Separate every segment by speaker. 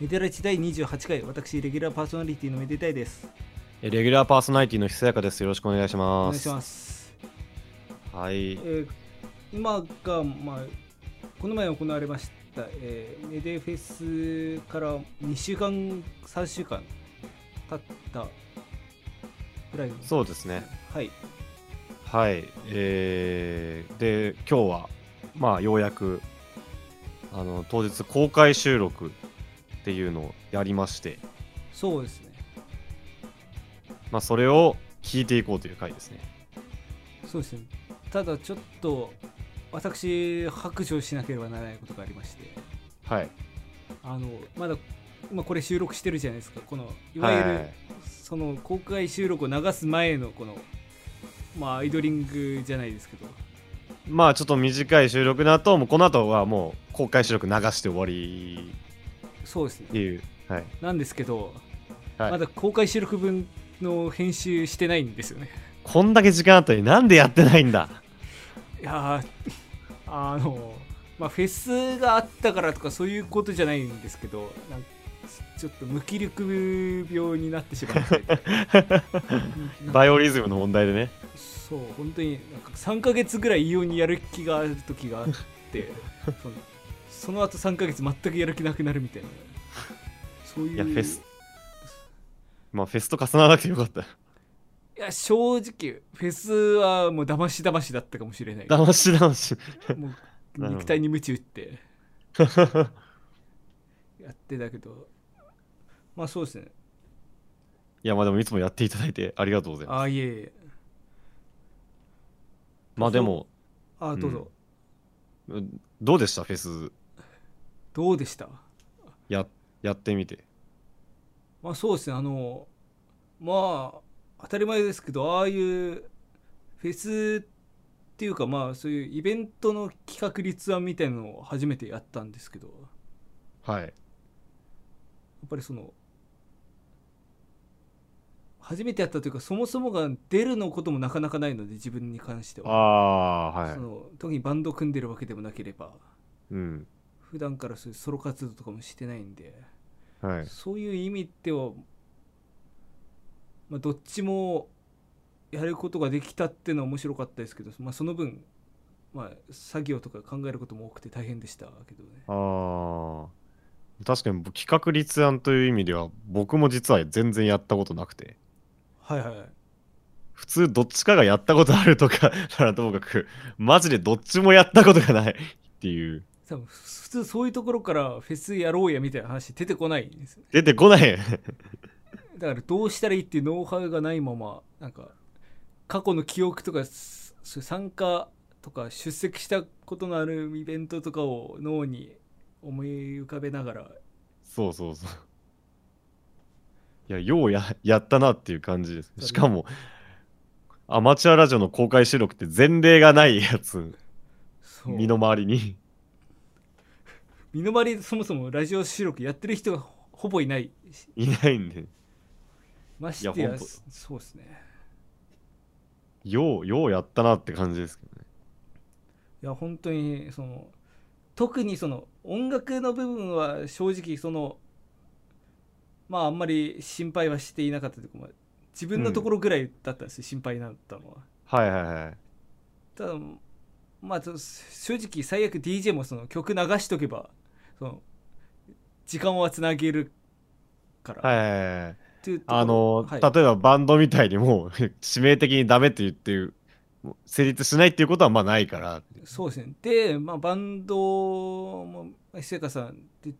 Speaker 1: メデラチ第28回私レギュラーパーソナリティのめでたいです
Speaker 2: えレギュラーパーソナリティのひさやかです。よろしくお願いし
Speaker 1: お
Speaker 2: ま
Speaker 1: 願い
Speaker 2: す。
Speaker 1: します、
Speaker 2: はい。
Speaker 1: えー今がまあこの前行われました、えーメデフェスから2週間3週間経ったぐらいの
Speaker 2: そうですね。
Speaker 1: はい
Speaker 2: はい。えー、で、今日は、まあ、ようやく、あの、当日公開収録っていうのをやりまして、
Speaker 1: そうですね
Speaker 2: まあ、それを聞いていこうという回ですね。
Speaker 1: そうですねただちょっと私白状しなければならないことがありまして
Speaker 2: はい。
Speaker 1: あのまだ今これ収録してるじゃないですかこのいわゆる、
Speaker 2: はい
Speaker 1: その公開収録を流す前のこのまあアイドリングじゃないですけど
Speaker 2: まあ、ちょっと短い収録の後、もうこの後はもう公開収録流して終わり
Speaker 1: そうですね
Speaker 2: っていう。はい。
Speaker 1: なんですけど、
Speaker 2: はい
Speaker 1: まだ公開収録分の編集してないんですよね
Speaker 2: こんだけ時間あったのになんでやってないんだ
Speaker 1: いやーあのまあフェスがあったからとかそういうことじゃないんですけどなんかちょっと無気力病になってしまって うん
Speaker 2: バイオリズムの問題でね。
Speaker 1: そう本当になんか3ヶ月ぐらい異様にやる気がある時があって そのその後3ヶ月全くやる気なくなるみたいなそういう
Speaker 2: いや、フェス。まあ、フェスと重ならなくてよかった。
Speaker 1: いや正直フェスはもうだましだましだったかもしれない
Speaker 2: 騙し騙し。
Speaker 1: もう
Speaker 2: なるほど
Speaker 1: 肉体に鞭 打ってやってたけどまあそうですね
Speaker 2: いや、まあでもいつもやっていただいてありがとうございます。
Speaker 1: ああいえいえ
Speaker 2: まあでも、
Speaker 1: ああどうぞ、
Speaker 2: うんうんどうでしたフェス
Speaker 1: どうでした
Speaker 2: ややってみて。
Speaker 1: まあそうですねあのまあ当たり前ですけどああいうフェスっていうかまあそういうイベントの企画立案みたいなのを初めてやったんですけどや
Speaker 2: はい。
Speaker 1: っぱりその初めてやったというかそもそもが出るのこともなかなかないので自分に関して
Speaker 2: あ
Speaker 1: は、
Speaker 2: あ、はい
Speaker 1: そ。の特にバンド組んでるわけでもなければ
Speaker 2: うん。
Speaker 1: 普段からそういうソロ活動とかもしてないんで
Speaker 2: はい。
Speaker 1: そういう意味では、まあ、どっちもやることができたっていうのは面白かったですけど、まあ、その分、まあ、作業とか考えることも多くて大変でしたけどね。
Speaker 2: ああ。確かに僕企画立案という意味では僕も実は全然やったことなくて
Speaker 1: はいはいはい。
Speaker 2: 普通どっちかがやったことあるとかならともかくマジでどっちもやったことがないっていう
Speaker 1: 多分ふ普通そういうところからフェスやろうやみたいな話出てこないんですよね
Speaker 2: 出てこない
Speaker 1: だからどうしたらいいっていうノウハウがないままなんか過去の記憶とかすそういう参加とか出席したことのあるイベントとかを脳に思い浮かべながら
Speaker 2: そうそうそう。いや、ようややったなっていう感じです。しかも、アマチュアラジオの公開収録って前例がないやつ、
Speaker 1: そう
Speaker 2: 身の回りに。
Speaker 1: 身の回りそもそもラジオ収録やってる人がほほぼいないし
Speaker 2: いないんで、
Speaker 1: ましてや
Speaker 2: ほんと
Speaker 1: そそうですね
Speaker 2: よう、ようやったなって感じですけどね。
Speaker 1: いや本当にその特にその音楽の部分は正直そのまああんまり心配はしていなかったというか、まあ、自分のところぐらいだったんですよ、心配になったのは
Speaker 2: はいはいはい。
Speaker 1: ただまあちょ正直最悪 DJ もその曲流しとけばその時間はつなげるから、
Speaker 2: はいはいはい。
Speaker 1: っていうところ
Speaker 2: あの、
Speaker 1: はい
Speaker 2: 例えばバンドみたいにもう致命的にダメって言ってる、もう成立しないっていうことはまあないから。
Speaker 1: そうですね。で、まあ、バンドも、ひせかさんで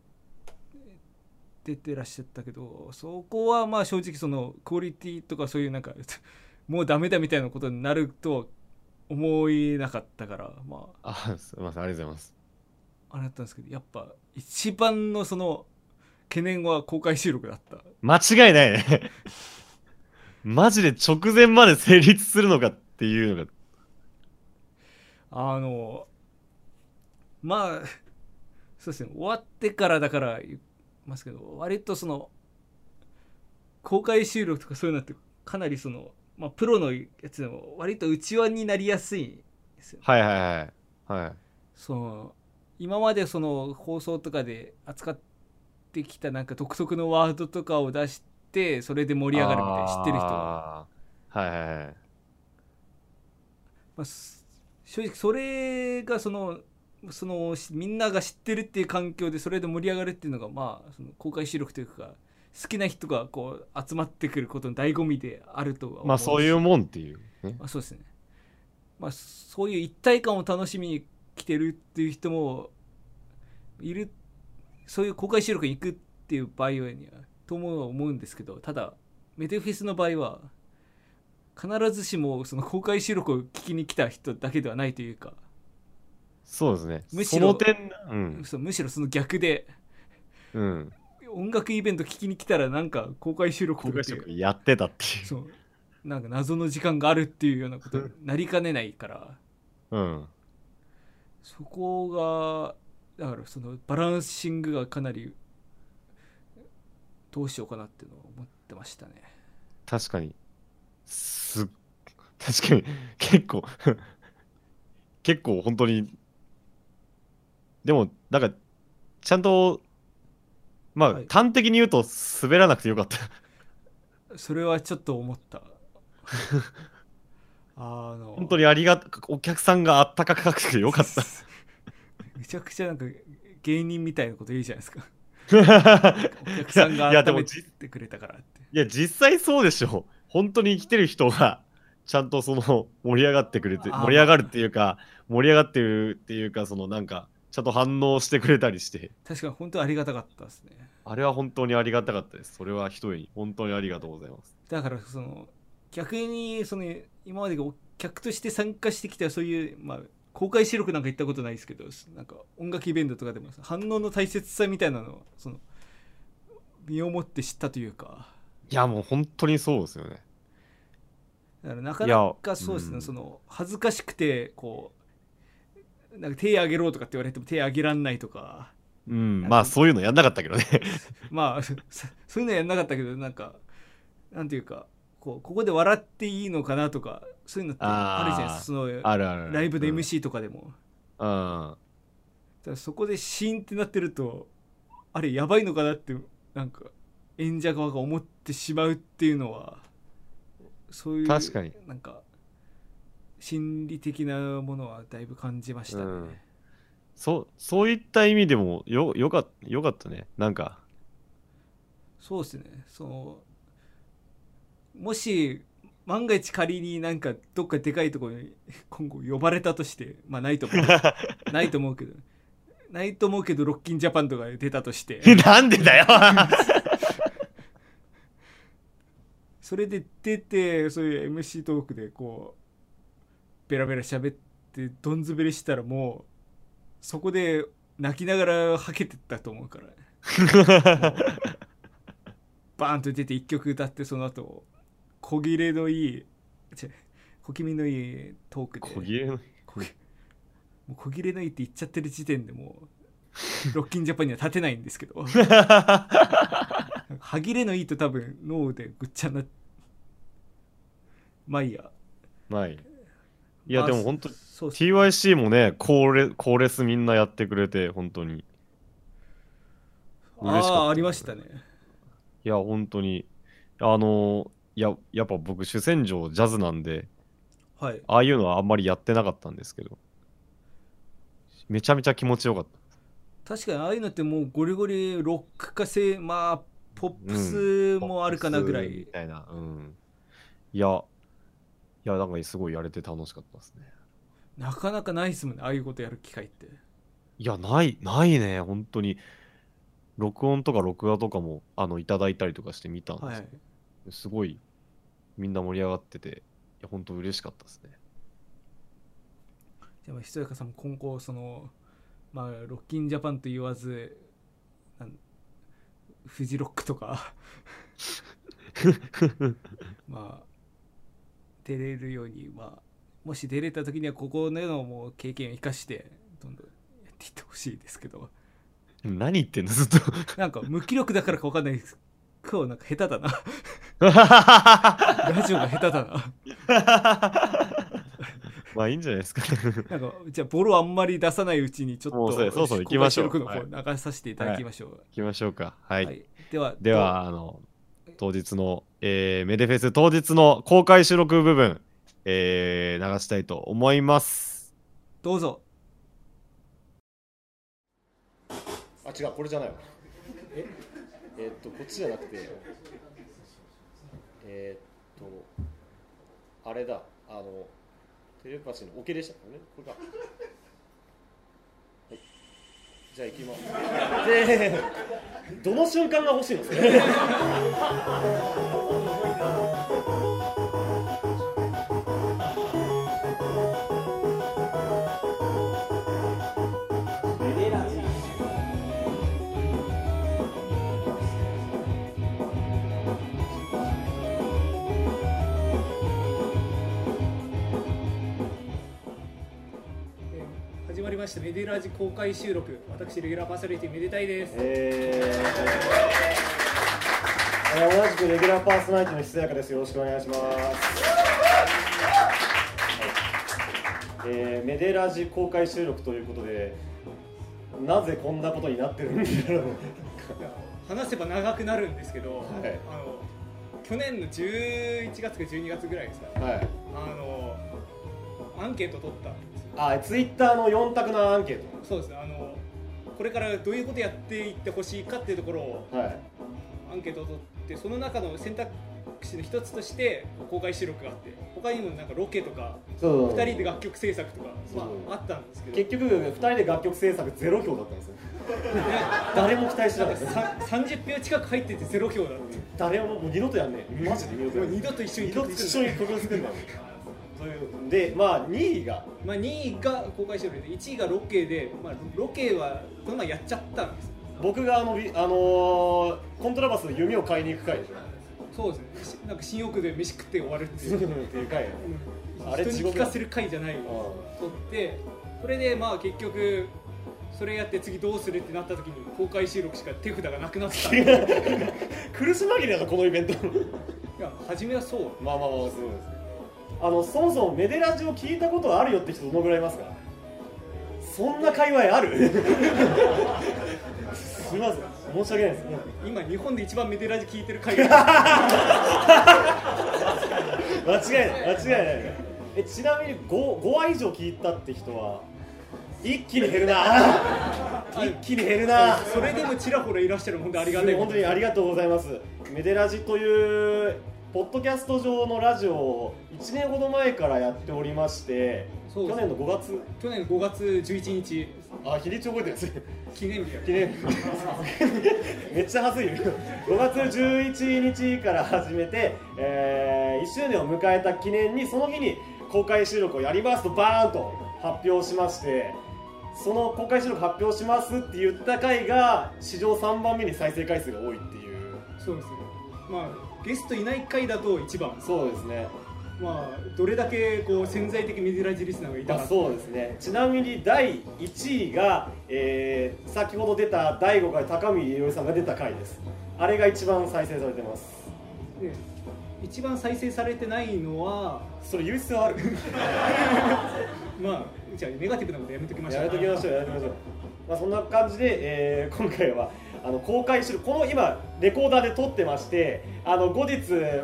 Speaker 1: 出てらっしゃったけど、そこはまあ正直そのクオリティとかそういうなんか、 もうダメだみたいなことになるとは思えなかったから、ま
Speaker 2: あ、すいません、ありがとうございます。
Speaker 1: あ、あれだったんですけど、やっぱ一番のその懸念は公開収録だった。
Speaker 2: 間違いないね マジで直前まで成立するのかっていうのが
Speaker 1: あの、まあ、 そうですね、終わってからだから言いますけど、割とその、公開収録とかそういうのって、かなりその、まあ、プロのやつでも、割と内輪になりやすいんですよ。
Speaker 2: はいはいはいはい
Speaker 1: その、今までその放送とかで扱ってきたなんか独特のワードとかを出してそれで盛り上がるみたいな知ってる人は、
Speaker 2: あーはいはいはい
Speaker 1: まあ、す正直それがそのそのしみんなが知ってるっていう環境でそれで盛り上がるっていうのがまあその公開収録というか好きな人がこう集まってくることの醍醐味であるとは思し
Speaker 2: まあそういうもんっていう、ね、
Speaker 1: まあ、そうですね、まあ、そういう一体感を楽しみに来てるっていう人もいるそういう公開収録に行くっていう場合にはとも思うんですけどただメテフェスの場合は必ずしもその公開収録を聞きに来た人だけではないというか、
Speaker 2: そうですね
Speaker 1: むし
Speaker 2: そ
Speaker 1: ろ
Speaker 2: の点うん
Speaker 1: そうむしろその逆で
Speaker 2: うん
Speaker 1: 音楽イベント聞きに来たらなんか公開収録
Speaker 2: 公
Speaker 1: とか
Speaker 2: 開収
Speaker 1: っていう
Speaker 2: 録やってたっていう
Speaker 1: そうなんか謎の時間があるっていうようなことになりかねないから。
Speaker 2: うん
Speaker 1: そこがだからそのバランシングがかなりどうしようかなっていうのを思ってましたね
Speaker 2: 確かにすっ確かに結構 結構本当にでもなんかちゃんとまあ、
Speaker 1: はい
Speaker 2: 端的に言うと滑らなくてよかった
Speaker 1: それはちょっと思った あの
Speaker 2: 本当にありがたお客さんがあったかくてよか った
Speaker 1: めちゃくちゃなんか芸人みたいなこといいじゃな いですかお客さん
Speaker 2: いや
Speaker 1: が
Speaker 2: で
Speaker 1: 温
Speaker 2: も
Speaker 1: め
Speaker 2: じ
Speaker 1: てくれたからって
Speaker 2: いや実際そうでしょ本当に来てる人がちゃんとその盛り上がってくれて
Speaker 1: あー
Speaker 2: 盛り上がるっていうか盛り上がってるっていうかそのなんかちゃんと反応してくれたりして
Speaker 1: 確かに本当にありがたかったですね
Speaker 2: あれは本当にありがたかったです。それは一重に本当にありがとうございます。
Speaker 1: だからその逆にその今までお客として参加してきたそういう、まあ、公開収録なんか行ったことないですけどなんか音楽イベントとかでも反応の大切さみたいなのをその身をもって知ったというか
Speaker 2: いや、もう本当にそうですよね。
Speaker 1: だからなか
Speaker 2: い
Speaker 1: な
Speaker 2: や
Speaker 1: かそうですね、
Speaker 2: うん
Speaker 1: その恥ずかしくてこうなんか手挙げろとかって言われても手挙げらんないとか
Speaker 2: うん、まあそういうのやんなかったけどね。
Speaker 1: まあ そそういうのやんなかったけどなんかなんていうかこうここで笑っていいのかなとかそういうのってあるじゃないですかその
Speaker 2: あるある
Speaker 1: ライブで
Speaker 2: うん
Speaker 1: MC とかでも、だ
Speaker 2: うん。
Speaker 1: からそこでシーンってなってるとあれやばいのかなってなんか演者側が思ってしまうっていうのはそういう
Speaker 2: 確かに
Speaker 1: なんか心理的なものはだいぶ感じましたね、
Speaker 2: うんそう、そういった意味でもよ、よかった、よかったね。なんか、
Speaker 1: そうですねそのもし万が一仮になんかどっかでかいところに 今後呼ばれたとしてまあないと思 うないと思うけどないと思うけどロッキンジャパンとかで出たとして
Speaker 2: なんでだよ
Speaker 1: それで出てそういう MC トークでこうベラベラ喋ってどんずべりしたらもうそこで泣きながらはけてったと思うからバーンと出て1曲歌ってその後小切れのいい違う小気味のいいトークで
Speaker 2: 小切れの。
Speaker 1: 小切もう小切れのいいって言っちゃってる時点でもうロッキンジャパンには立てないんです けど歯切れのいいと多分脳でぐっちゃなまあいいや
Speaker 2: ない。いや、
Speaker 1: まあ
Speaker 2: でも本当
Speaker 1: そうっす
Speaker 2: TYC もね、コーレ、コーレスみんなやってくれて、本当に。
Speaker 1: あ
Speaker 2: 嬉しかった
Speaker 1: あありましたね
Speaker 2: いや、本当に。あの、いや、やっぱ僕、主戦場ジャズなんで、
Speaker 1: はい
Speaker 2: ああいうのはあんまりやってなかったんですけど、めちゃめちゃ気持ちよかった。
Speaker 1: 確かにああいうのってもうゴリゴリロック化性まあポップスもあるかなぐらい、
Speaker 2: みたいな。うん。いや、いや、なんかすごいやれて楽しかったですね。
Speaker 1: なかなかないですもんねああいうことやる機会って
Speaker 2: いや、ない、ないね、本当に。録音とか録画とかも、あの、いただいたりとかして見たんですけ
Speaker 1: は
Speaker 2: ど、
Speaker 1: い
Speaker 2: すごい、みんな盛り上がってて、いや、本当嬉しかったですね。
Speaker 1: でもひそやかさんも今後そのまあロッキンジャパンと言わずなんフジロック とかまあ出れるようにまあもし出れた時にはここののもう経験を生かしてどんどんやっていってほしいですけど
Speaker 2: 何言ってんの、ずっと。
Speaker 1: なんか無気力だからか分かんないです今日なんか下手だ なラジオが下手だな
Speaker 2: まあいいんじゃないですか。
Speaker 3: なんかじゃあボロあんまり出さないうちにちょっ
Speaker 2: も
Speaker 3: と
Speaker 2: うそうやそうそう行きましょう
Speaker 3: 公開収録の方流させていただきましょう、
Speaker 2: 行きましょうか。はい。
Speaker 3: では
Speaker 2: では、あの、当日の、えーメデフェス当日の公開収録部分、えー流したいと思います。
Speaker 3: どうぞ
Speaker 4: あ違うこれじゃないわええーっとこっちじゃなくてえーっとあれだあのテレパシーのオケでしたこれねこれかはいじゃあ行きますでどの瞬間が欲しいのそれ
Speaker 1: えー始まりましたメデラジ公開収録私レギュラーパーソナリティめでたいです、
Speaker 4: えー、同じくレギュラーパーソナリティのひつやかです。よろしくお願いします。えー、メデラジ公開収録ということで、なぜこんなことになってるんだろう。
Speaker 1: 話せば長くなるんですけど、
Speaker 4: はい
Speaker 1: あの去年の11月か12月ぐらいですかね
Speaker 4: はい。
Speaker 1: あのアンケート取ったんですよ
Speaker 4: あ、ツイッターの四択のアンケート。
Speaker 1: そうですねあのこれからどういうことやっていってほしいかっていうところを
Speaker 4: はい。
Speaker 1: アンケートを取ってその中の選択肢の一つとして公開収録があって他にもなんかロケとか
Speaker 4: そう
Speaker 1: 2人で楽曲制作とか、ま
Speaker 4: そう
Speaker 1: あ、あったんですけど
Speaker 4: 結局二人で楽曲制作ゼロ票だったんですよ。誰も期待してなかった。
Speaker 1: さ30票近く入っててゼロ票だっていう
Speaker 4: 誰ももう二度とやんねえ。マジで二度と
Speaker 1: も
Speaker 4: や
Speaker 1: うん
Speaker 4: ね
Speaker 1: 二度と一緒
Speaker 4: え。
Speaker 1: に
Speaker 4: 二度と一緒に曲作るん だよ。そういうで、まあ二位が。
Speaker 1: まあ、2位が公開収録で1位がロケで、まあ、ロケはこの前やっちゃったんです
Speaker 4: 僕があの、びあのーコントラバスの弓を買いに行く回でしょ
Speaker 1: そうですねしなんか新大久保で飯食って終わるってい
Speaker 4: っ
Speaker 1: う
Speaker 4: ていう回やね
Speaker 1: うん
Speaker 4: あれ
Speaker 1: 人に
Speaker 4: 地獄
Speaker 1: 聞
Speaker 4: だ
Speaker 1: かせる回じゃないを
Speaker 4: う
Speaker 1: 撮ってそれでまあ結局それやって次どうするってなった時に公開収録しか手札がなくなったん で
Speaker 4: ん苦し紛れだぞこのイベント
Speaker 1: いや初めはそう
Speaker 4: まあまあまあそうですあのそもそもメデラジオ聞いたことあるよって人どのぐらいいますかそんな界隈ある すみません申し訳ないです
Speaker 1: 今日本で一番メデラジ聞いてる 回が
Speaker 4: 間違いない間違いないえちなみに 5, 5話以上聞いたって人は一気に減るな一気に減るな
Speaker 1: それでもちらほらいらっしゃるもんでありがたい
Speaker 4: 本当にありがとうございますメデラジというポッドキャスト上のラジオを1年ほど前からやっておりまして
Speaker 1: そ
Speaker 4: 去
Speaker 1: うです
Speaker 4: 年の5月
Speaker 1: 去年の5月11日
Speaker 4: あ日にち覚えてるん ですね
Speaker 1: 記念日だ
Speaker 4: 記念 めっちゃ恥ずいよ5月11日から始めて、え1周年を迎えた記念にその日に公開収録をやりますとバーンと発表しましてその公開収録発表しますって言った回が史上3番目に再生回数が多いっていう
Speaker 1: そうですねまあゲストいない回だと一番
Speaker 4: そうですね
Speaker 1: まあどれだけこう潜在的メデラジリスナーがいた
Speaker 4: ま
Speaker 1: か
Speaker 4: あ、そうですねちなみに第1位が、えー先ほど出た第5回高見伊織さんが出た回ですあれが一番再生されてます
Speaker 1: で一番再生されてないのは
Speaker 4: それ言う必要ある
Speaker 1: まあじゃあネガティブなことやめときましょう
Speaker 4: やめときましょうやめときましょうまあそんな感じで、えー今回はあの公開するこの今レコーダーで撮ってましてあの後日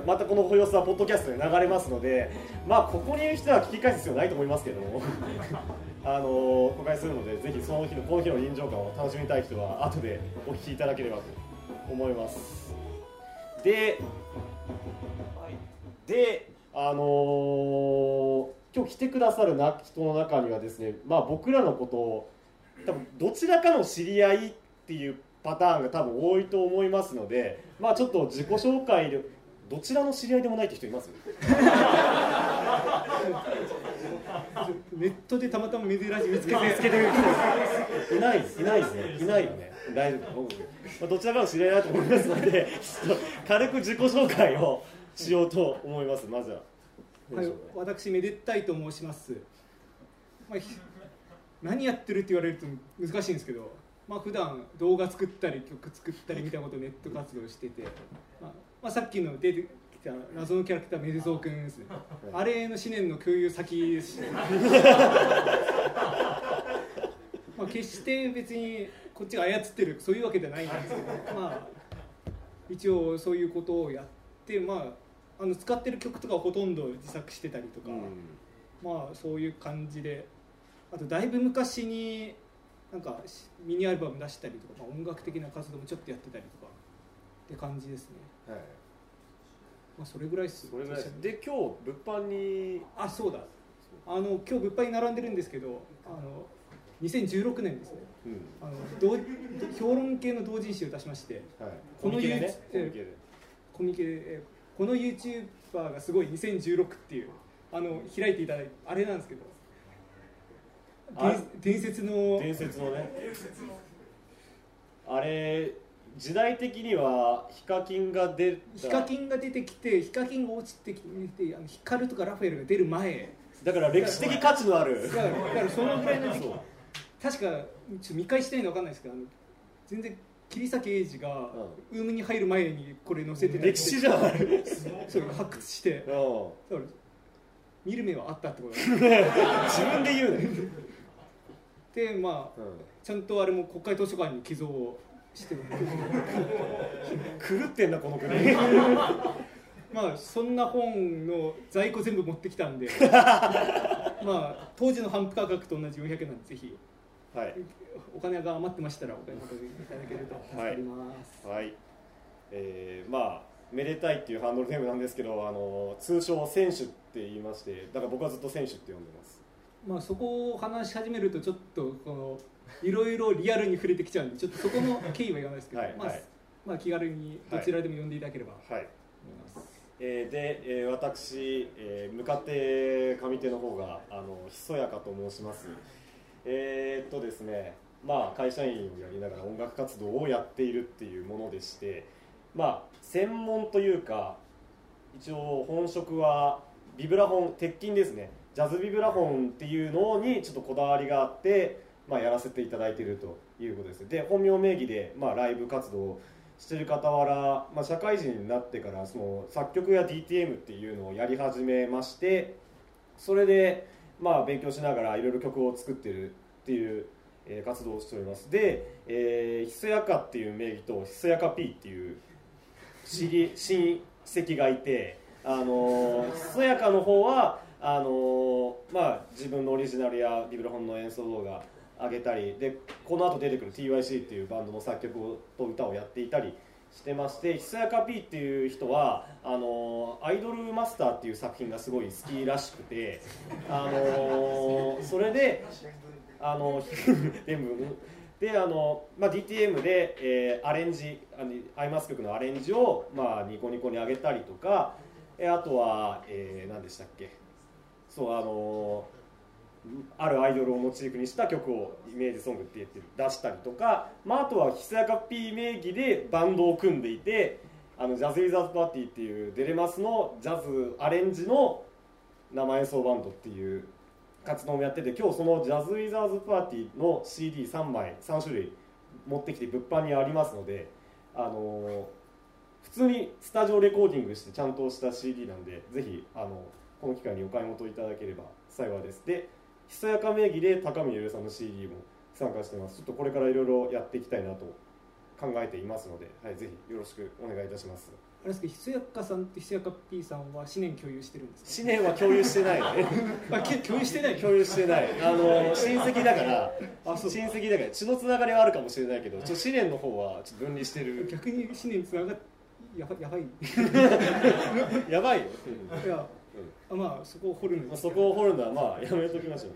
Speaker 4: またこの様子はポッドキャストで流れますのでまあここにいる人は聞き返す必要ないと思いますけども あの公開するのでぜひその日のこの日の臨場感を楽しみたい人は後でお聞きいただければと思いますでであのー今日来てくださるな人の中にはですね、まあ、僕らのことを多分どちらかの知り合いっていうパターンが多分多いと思いますので、まあ、ちょっと自己紹介でどちらの知り合いでもないって人います
Speaker 1: ネットでたまたまメデラジ見つけて
Speaker 4: いないいないですねいないよね大丈夫僕まあ、どちらかの知り合いだと思いますのでちょっと軽く自己紹介をしようと思いますまずは。
Speaker 1: はい、私めでったいと申します、まあひ何やってるって言われると難しいんですけど、まあ普段動画作ったり曲作ったりみたいなことをネット活動してて、まあまあさっきの出てってあの謎のキャラクターメルゾウくんですねあれの思念の共有先ですし、まあ決して別にこっちが操ってるそういうわけじゃないんですけどまあ一応そういうことをやってまああの使ってる曲とかはほとんど自作してたりとか、まあそういう感じであとだいぶ昔になんかしミニアルバム出したりとか、まあ、音楽的な活動もちょっとやってたりとかって感じですね、
Speaker 4: はい、
Speaker 1: まあ、それぐらいっす
Speaker 4: それぐらいですで今日物販に
Speaker 1: あそうだあの今日物販に並んでるんですけどあの2016年ですね
Speaker 4: うん
Speaker 1: あの同評論系の同人誌を出しまして
Speaker 4: はい
Speaker 1: この
Speaker 4: コミケでね
Speaker 1: YouTube
Speaker 4: コミケで
Speaker 1: コミケでえーこの YouTuber がすごい2016っていうあの開いていただいてあれなんですけど
Speaker 4: あ
Speaker 1: 伝伝説の
Speaker 4: 伝説のねあれ時代的にはヒカキンが出た
Speaker 1: ヒカキンが出てきてヒカキンが落ちてきてあのヒカルとかラファエルが出る 前
Speaker 4: だから歴史的価値のある
Speaker 1: だからだからそのぐらいの時期
Speaker 4: そう
Speaker 1: 確かちょっと見返したいの分かんないですけどあの全然桐崎英二がウームに入る前にこれ載せてたり
Speaker 4: 歴史じゃないうん
Speaker 1: そう発掘してだから見る目はあったってことだね
Speaker 4: 自分で言うね、
Speaker 1: でまあちゃんとあれも国会図書館に寄贈をしてる
Speaker 4: 狂ってんなこ の国
Speaker 1: まあそんな本の在庫全部持ってきた んでまあ当時の販布価格と同じ400円なんでぜひ
Speaker 4: はい
Speaker 1: お金が余ってましたらお金のこといただけると助かります、
Speaker 4: はいえー、まあめでたいっていうハンドルネームなんですけどあの通称選手って言いましてだから僕はずっと選手って呼んでます
Speaker 1: まあそこを話し始めるとちょっとこのいろいろリアルに触れてきちゃうんでちょっとそこの経緯は言わないですけど、
Speaker 4: はい
Speaker 1: まあ
Speaker 4: はい
Speaker 1: まあ気軽にどちらでも呼んでいただければ、
Speaker 4: はい、えーで、えー私、えー向かって上手の方があのひそやかと申しますえーっとですねまあ会社員をやりながら音楽活動をやっているっていうものでしてまあ専門というか一応本職はビブラフォン鉄筋ですねジャズビブラフォンっていうのにちょっとこだわりがあって、まあ、やらせていただいているということですねで本名名義で、まあ、ライブ活動をしてる傍ら、まあ、社会人になってからその作曲や DTM っていうのをやり始めましてそれで、まあ、勉強しながらいろいろ曲を作ってるっていう、えー活動をしておりますで、えー、ひそやかっていう名義とひそやか P っていう知り親戚がいてあのーひそやかの方はあのーまあ、自分のオリジナルやビブラフォンの演奏動画上げたりでこの後出てくる TYC っていうバンドの作曲をと歌をやっていたりしてましてひそやか P っていう人はあのーアイドルマスター」っていう作品がすごい好きらしくて、あのーそれであの 全部であの、まあ、DTM で、えーアレンジあのアイマス曲のアレンジを、まあ、ニコニコに上げたりとかえあとは、えー何でしたっけそうあのあるアイドルをモチーフにした曲をイメージソングって言って出したりとか、まあ、あとはひそやか P 名義でバンドを組んでいてあのジャズ・イザーズ・パーティーっていうデレマスのジャズアレンジの生演奏バンドっていう活動もやってて今日そのジャズ・ウィザーズ・パーティーの CD3 枚3種類持ってきて物販にありますので、あの普通にスタジオレコーディングしてちゃんとした CD なんでぜひ、あのこの機会にお買い求めいただければ幸いですでひそやか名義で高見ゆるさんの CD も参加してますちょっとこれからいろいろやっていきたいなと考えていますので、はい、ぜひよろしくお願いいたします
Speaker 1: あれですけどひそやかさんとひそやか P さんは思念共有してるんです
Speaker 4: 思念は共有してないね
Speaker 1: かあき共有してない
Speaker 4: 共有してないあの親戚だから親戚だから血のつながりはあるかもしれないけどちょ試練の方はちょっと分離してる
Speaker 1: 逆に思念つながっやばや ばいい
Speaker 4: やばいよ、
Speaker 1: やあまあそこを掘るの
Speaker 4: ま
Speaker 1: に
Speaker 4: あ、そこを掘るのはまあやめときましょう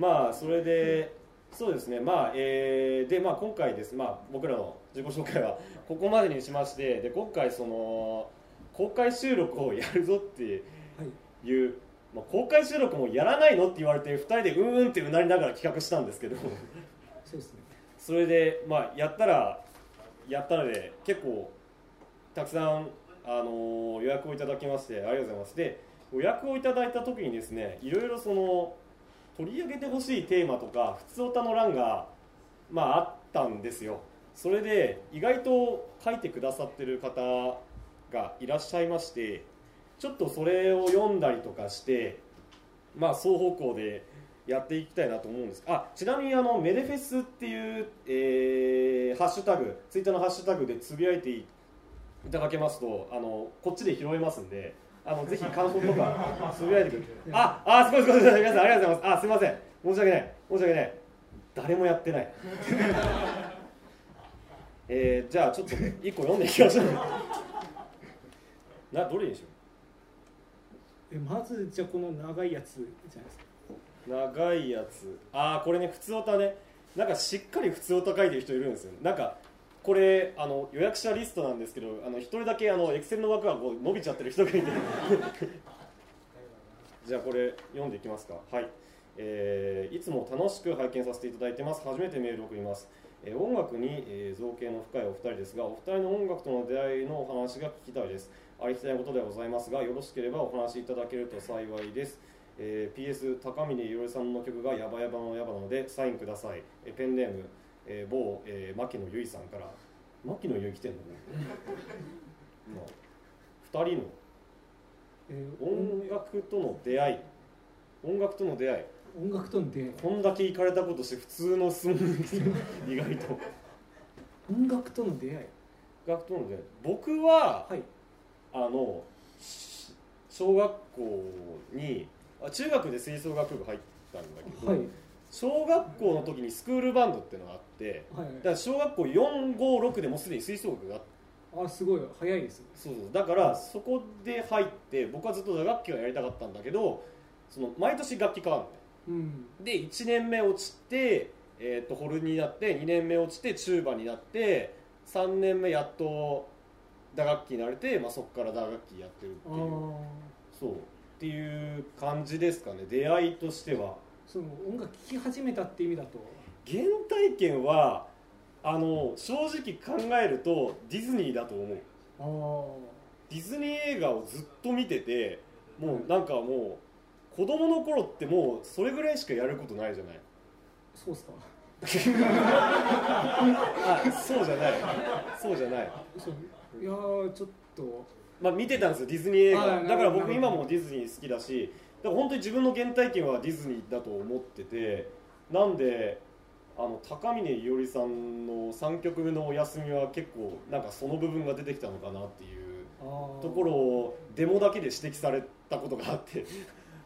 Speaker 4: まあそれでそうですねまあえーでまあ今回ですまあ僕らの自己紹介はここまでにしましてで今回その公開収録をやるぞって
Speaker 1: はい
Speaker 4: いう、まあ、公開収録もやらないのって言われて2人でうんうんってうなりながら企画したんですけど
Speaker 1: そうですね
Speaker 4: それで、まあ、やったらやったらで結構たくさん、あのー予約をいただきましてありがとうございますで予約をいただいた時にですねいろいろその取り上げてほしいテーマとか普通歌の欄が、まあ、あったんですよそれで意外と書いてくださってる方がいらっしゃいましてちょっとそれを読んだりとかしてまあ双方向でやっていきたいなと思うんですあちなみにあのメデフェスっていう、えーハッシュタグツイッターのハッシュタグでつぶやいていただけますとあのこっちで拾えますんであのぜひ感想とかつぶやいてくれああすごいすごいすごい皆さんありがとうございますあすいません申し訳ない申し訳ない誰もやってない えー、じゃあちょっと一個読んでいきましょうなどれにしよ
Speaker 1: えまずじゃあこの長いやつじゃないですか
Speaker 4: う長いやつああこれね普通オタねなんかしっかり普通オタ書いてる人いるんですよなんかこれあの予約者リストなんですけどあの一人だけあのエクセルの枠がこう伸びちゃってる人がいて じゃあこれ読んでいきますかはいえーいつも楽しく拝見させていただいてます初めてメールを送ります、えー音楽に、えー造形の深いお二人ですがお二人の音楽との出会いのお話が聞きたいですありきたりなことではございますがよろしければお話しいただけると幸いです、えー PS 高峰いろりさんの曲がヤバヤバのヤバなのでサインください、えーペンネーム、えー某、えー、牧野由衣さんから牧野由衣来てんのね まあ二人の
Speaker 1: えー
Speaker 4: 音楽との出会い音楽との出会い
Speaker 1: 音楽との出会い
Speaker 4: こんだけ行かれたことして普通の質問ですよ意外と
Speaker 1: 音楽との出会い
Speaker 4: 音楽との出会い僕は
Speaker 1: はい
Speaker 4: あのし小学校にあ中学で吹奏楽部入ったんだけど、
Speaker 1: はい
Speaker 4: 小学校の時にスクールバンドっていうのがあって
Speaker 1: はい
Speaker 4: だから小学校456でもうすでに吹奏楽があって
Speaker 1: あすごい早いですね
Speaker 4: そうそうだからそこで入って僕はずっと打楽器はやりたかったんだけどその毎年楽器変わるのね
Speaker 1: うん
Speaker 4: で1年目落ちて、えー、とホルンになって2年目落ちてチューバになって3年目やっと打楽器になれて、まあ、そこから打楽器やってるって
Speaker 1: あ
Speaker 4: い
Speaker 1: あ
Speaker 4: うそうっていう感じですかね出会いとしては
Speaker 1: その音楽聴き始めたって意味だと
Speaker 4: 原体験はあの正直考えるとディズニーだと思
Speaker 1: あ
Speaker 4: う
Speaker 1: あ
Speaker 4: ディズニー映画をずっと見ててもうなんかもう子供の頃ってもうそれぐらいしかやることないじゃない
Speaker 1: そうっすか
Speaker 4: あそうじゃないそうじゃない
Speaker 1: そういやーちょっと
Speaker 4: まあ、見てたんですよディズニー映
Speaker 1: あなる
Speaker 4: 画
Speaker 1: ほど
Speaker 4: だから
Speaker 1: なるほ
Speaker 4: 僕
Speaker 1: ど
Speaker 4: 今もディズニー好きだしだから本当に自分の原体験はディズニーだと思っててなんであの高峰伊織さんの3曲目の「お休み」は結構なんかその部分が出てきたのかなっていう
Speaker 1: あー
Speaker 4: ところをデモだけで指摘されたことがあって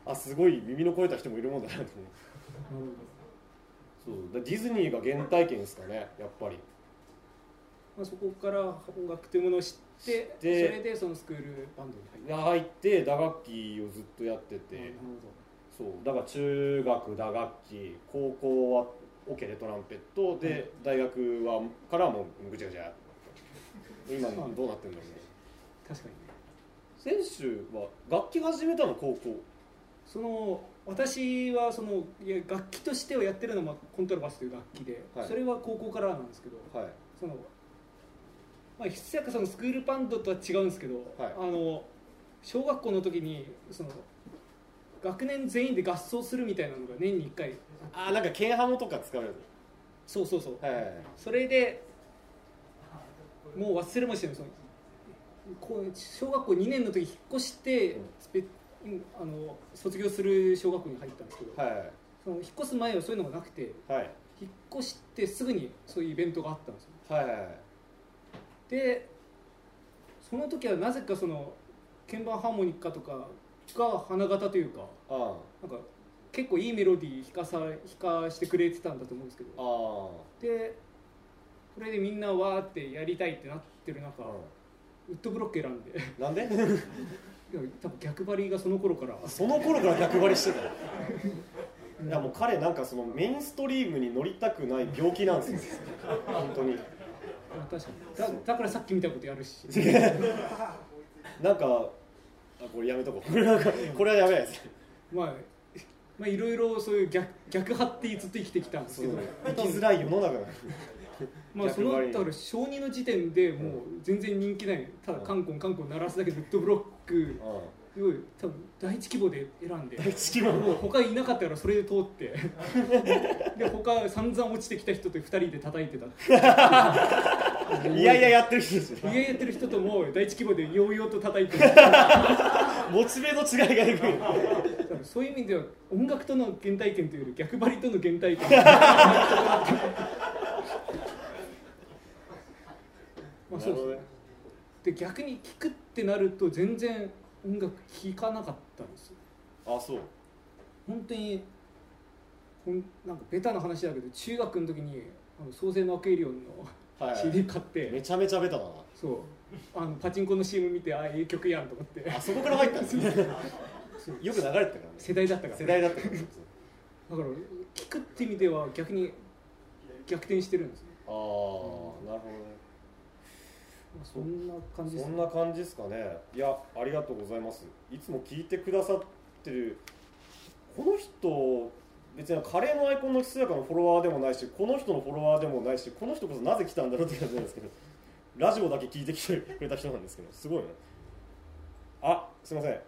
Speaker 4: あすごい耳の肥えた人もいるもんだなと思う
Speaker 1: なるほど
Speaker 4: そうだからディズニーが原体験ですかねやっぱり
Speaker 1: まあ、そこから音楽というものを知って
Speaker 4: て
Speaker 1: それでそのスクールバンドに入った
Speaker 4: 入って打楽器をずっとやってて、
Speaker 1: なるほど
Speaker 4: そうだから中学打楽器高校はオケでトランペットで、大学はからはもうぐちゃぐちゃ今どうなってるんだろうね
Speaker 1: 確かにね
Speaker 4: 選手は楽器始めたの高校
Speaker 1: その私はそのいや楽器としてはやってるのはまあコントラバスという楽器で、
Speaker 4: はい
Speaker 1: それは高校からなんですけど
Speaker 4: はい
Speaker 1: そのまあ必かそのスクールバンドとは違うんですけど、
Speaker 4: はい
Speaker 1: あの小学校の時にその学年全員で合奏するみたいなのが年に1回
Speaker 4: ああなんか剣ハモとか使うや
Speaker 1: そうそうそう
Speaker 4: つはいはいはい
Speaker 1: それでもう忘れましたよそのこう小学校2年の時引っ越して、
Speaker 4: うん
Speaker 1: スペうんあの卒業する小学校に入ったんですけど、
Speaker 4: はい
Speaker 1: その引っ越す前はそういうのがなくて
Speaker 4: はい
Speaker 1: 引っ越してすぐにそういうイベントがあったんですよ
Speaker 4: はいはいはい
Speaker 1: でその時はなぜかその鍵盤ハーモニカとかが花形というか
Speaker 4: あ
Speaker 1: なんか結構いいメロディー弾かさ弾かしてくれてたんだと思うんですけど
Speaker 4: ああ
Speaker 1: でこれでみんなわーってやりたいってなってる中、
Speaker 4: あ
Speaker 1: ウッドブロック選んで い
Speaker 4: なんで
Speaker 1: や多分逆張りがその頃から
Speaker 4: その頃から逆張りしてたよいやもう彼なんかそのメインストリームに乗りたくない病気なんですよ本当に
Speaker 1: あ確かにだだからさっき見たいなことやる し
Speaker 4: なんかあこれやめとこう なんかこれはやめないです
Speaker 1: まあまあいろいろそういう逆逆張ってずっと生きてきたんですけど
Speaker 4: 生きづらい世の中だ
Speaker 1: まあその
Speaker 4: 逆張り
Speaker 1: だから小二の時点でもう全然人気ないただカンコンカンコン鳴らすだけでウッドブロックを多分第一規模で選んで
Speaker 4: 大地球はも
Speaker 1: もう
Speaker 4: う
Speaker 1: 他いなかったからそれで通って で他散々落ちてきた人と2人で叩いてたっていう
Speaker 4: いやいややってる人です
Speaker 1: 家
Speaker 4: よ
Speaker 1: やってる人とも第一規模でヨーヨーと叩いてる
Speaker 4: モチベの違いがえぐい
Speaker 1: 多分そういう意味では音楽との原体験というより逆張りとの原体験 まあそうですねで逆に聴くってなると全然音楽聴かなかったんですよ
Speaker 4: あそう
Speaker 1: 本当にほんなんかベタな話だけど中学の時にあの創世のアクエリオン
Speaker 4: は
Speaker 1: の
Speaker 4: い
Speaker 1: CD 買って、
Speaker 4: めちゃめちゃベタだな
Speaker 1: そうあのパチンコの CM 見てあええ曲やんと思って
Speaker 4: あそこから入ったんですねよく流れてたからね
Speaker 1: 世代だったから、
Speaker 4: 世代だったからね
Speaker 1: だから聞くって意味では逆に逆転してるんですね
Speaker 4: ああなるほどね
Speaker 1: まあそんな感じです
Speaker 4: そん
Speaker 1: ね
Speaker 4: な感じですかねいやありがとうございますいつも聞いてくださってるこの人別にカレーのアイコンのひそやかのフォロワーでもないしこの人のフォロワーでもないしこの人こそなぜ来たんだろうって感じなんですけどラジオだけ聞いてきてくれた人なんですけどすごいねあすいません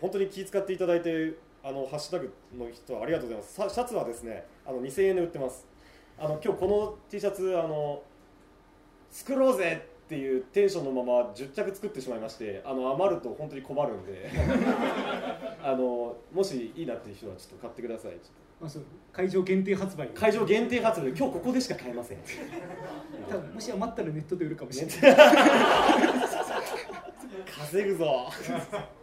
Speaker 4: 本当に気遣っていただいてあのハッシュタグの人ありがとうございますさシャツはですねあの2000円で売ってますあの今日この T シャツあの作ろうぜっていうテンションのまま10着作ってしまいましてあの余ると本当に困るんで あのもしいいなっていう人はちょっと買ってください
Speaker 1: まあ、そう会場限定発売
Speaker 4: 会場限定発売で今日ここでしか買え ません
Speaker 1: 多分もし余ったらネットで売るかもしれない、
Speaker 4: 稼ぐぞ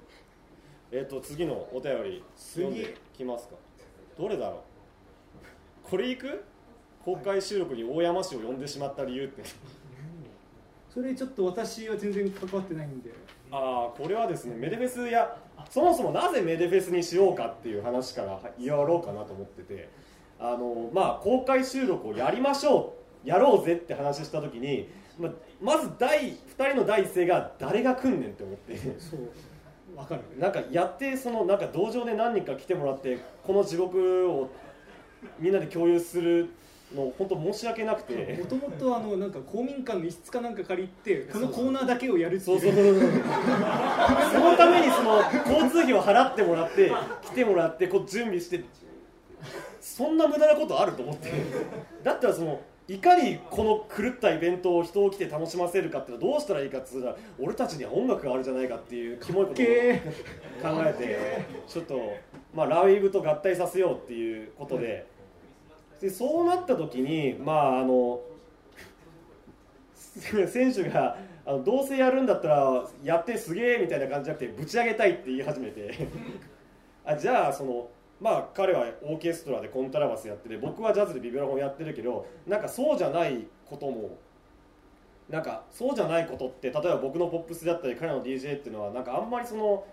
Speaker 4: えっと次のお便り
Speaker 1: 次
Speaker 4: 読んできますかどれだろうこれいく公開収録に大山氏を呼んでしまった理由って
Speaker 1: それちょっと私は全然関わってないんで
Speaker 4: ああこれはですねメデフェスやそもそもなぜメデフェスにしようかっていう話からやろうかなと思っててあのまあ公開収録をやりましょうやろうぜって話した時にままず第2人の第一声が誰が来んねんって思って
Speaker 1: そうわかる
Speaker 4: なんかやってそのなんか道場で何人か来てもらってこの地獄をみんなで共有するの本当申し訳なくて
Speaker 1: もともとあのなんか公民館の一室かなんか借りてこのコーナーだけをやるってい
Speaker 4: そう
Speaker 1: う
Speaker 4: そうそうそうそのためにその交通費を払ってもらって来てもらってこう準備してそんな無駄なことあると思ってだったらそのいかにこの狂ったイベントを人を来て楽しませるかっていうのはどうしたらいいかって言ったら俺たちには音楽があるじゃないかっていうキモいことを
Speaker 1: えー
Speaker 4: 考えてちょっと、まあ、ラウイブと合体させようっていうことででそうなった時にまああの 選手があのどうせやるんだったらやってすげえみたいな感じじゃなくてぶち上げたいって言い始めてあじゃあその。まあ彼はオーケストラでコントラバスやってて僕はジャズでビブラフォンやってるけどなんかそうじゃないこともなんかそうじゃないことって例えば僕のポップスだったり彼の DJ っていうのはなんかあんまりその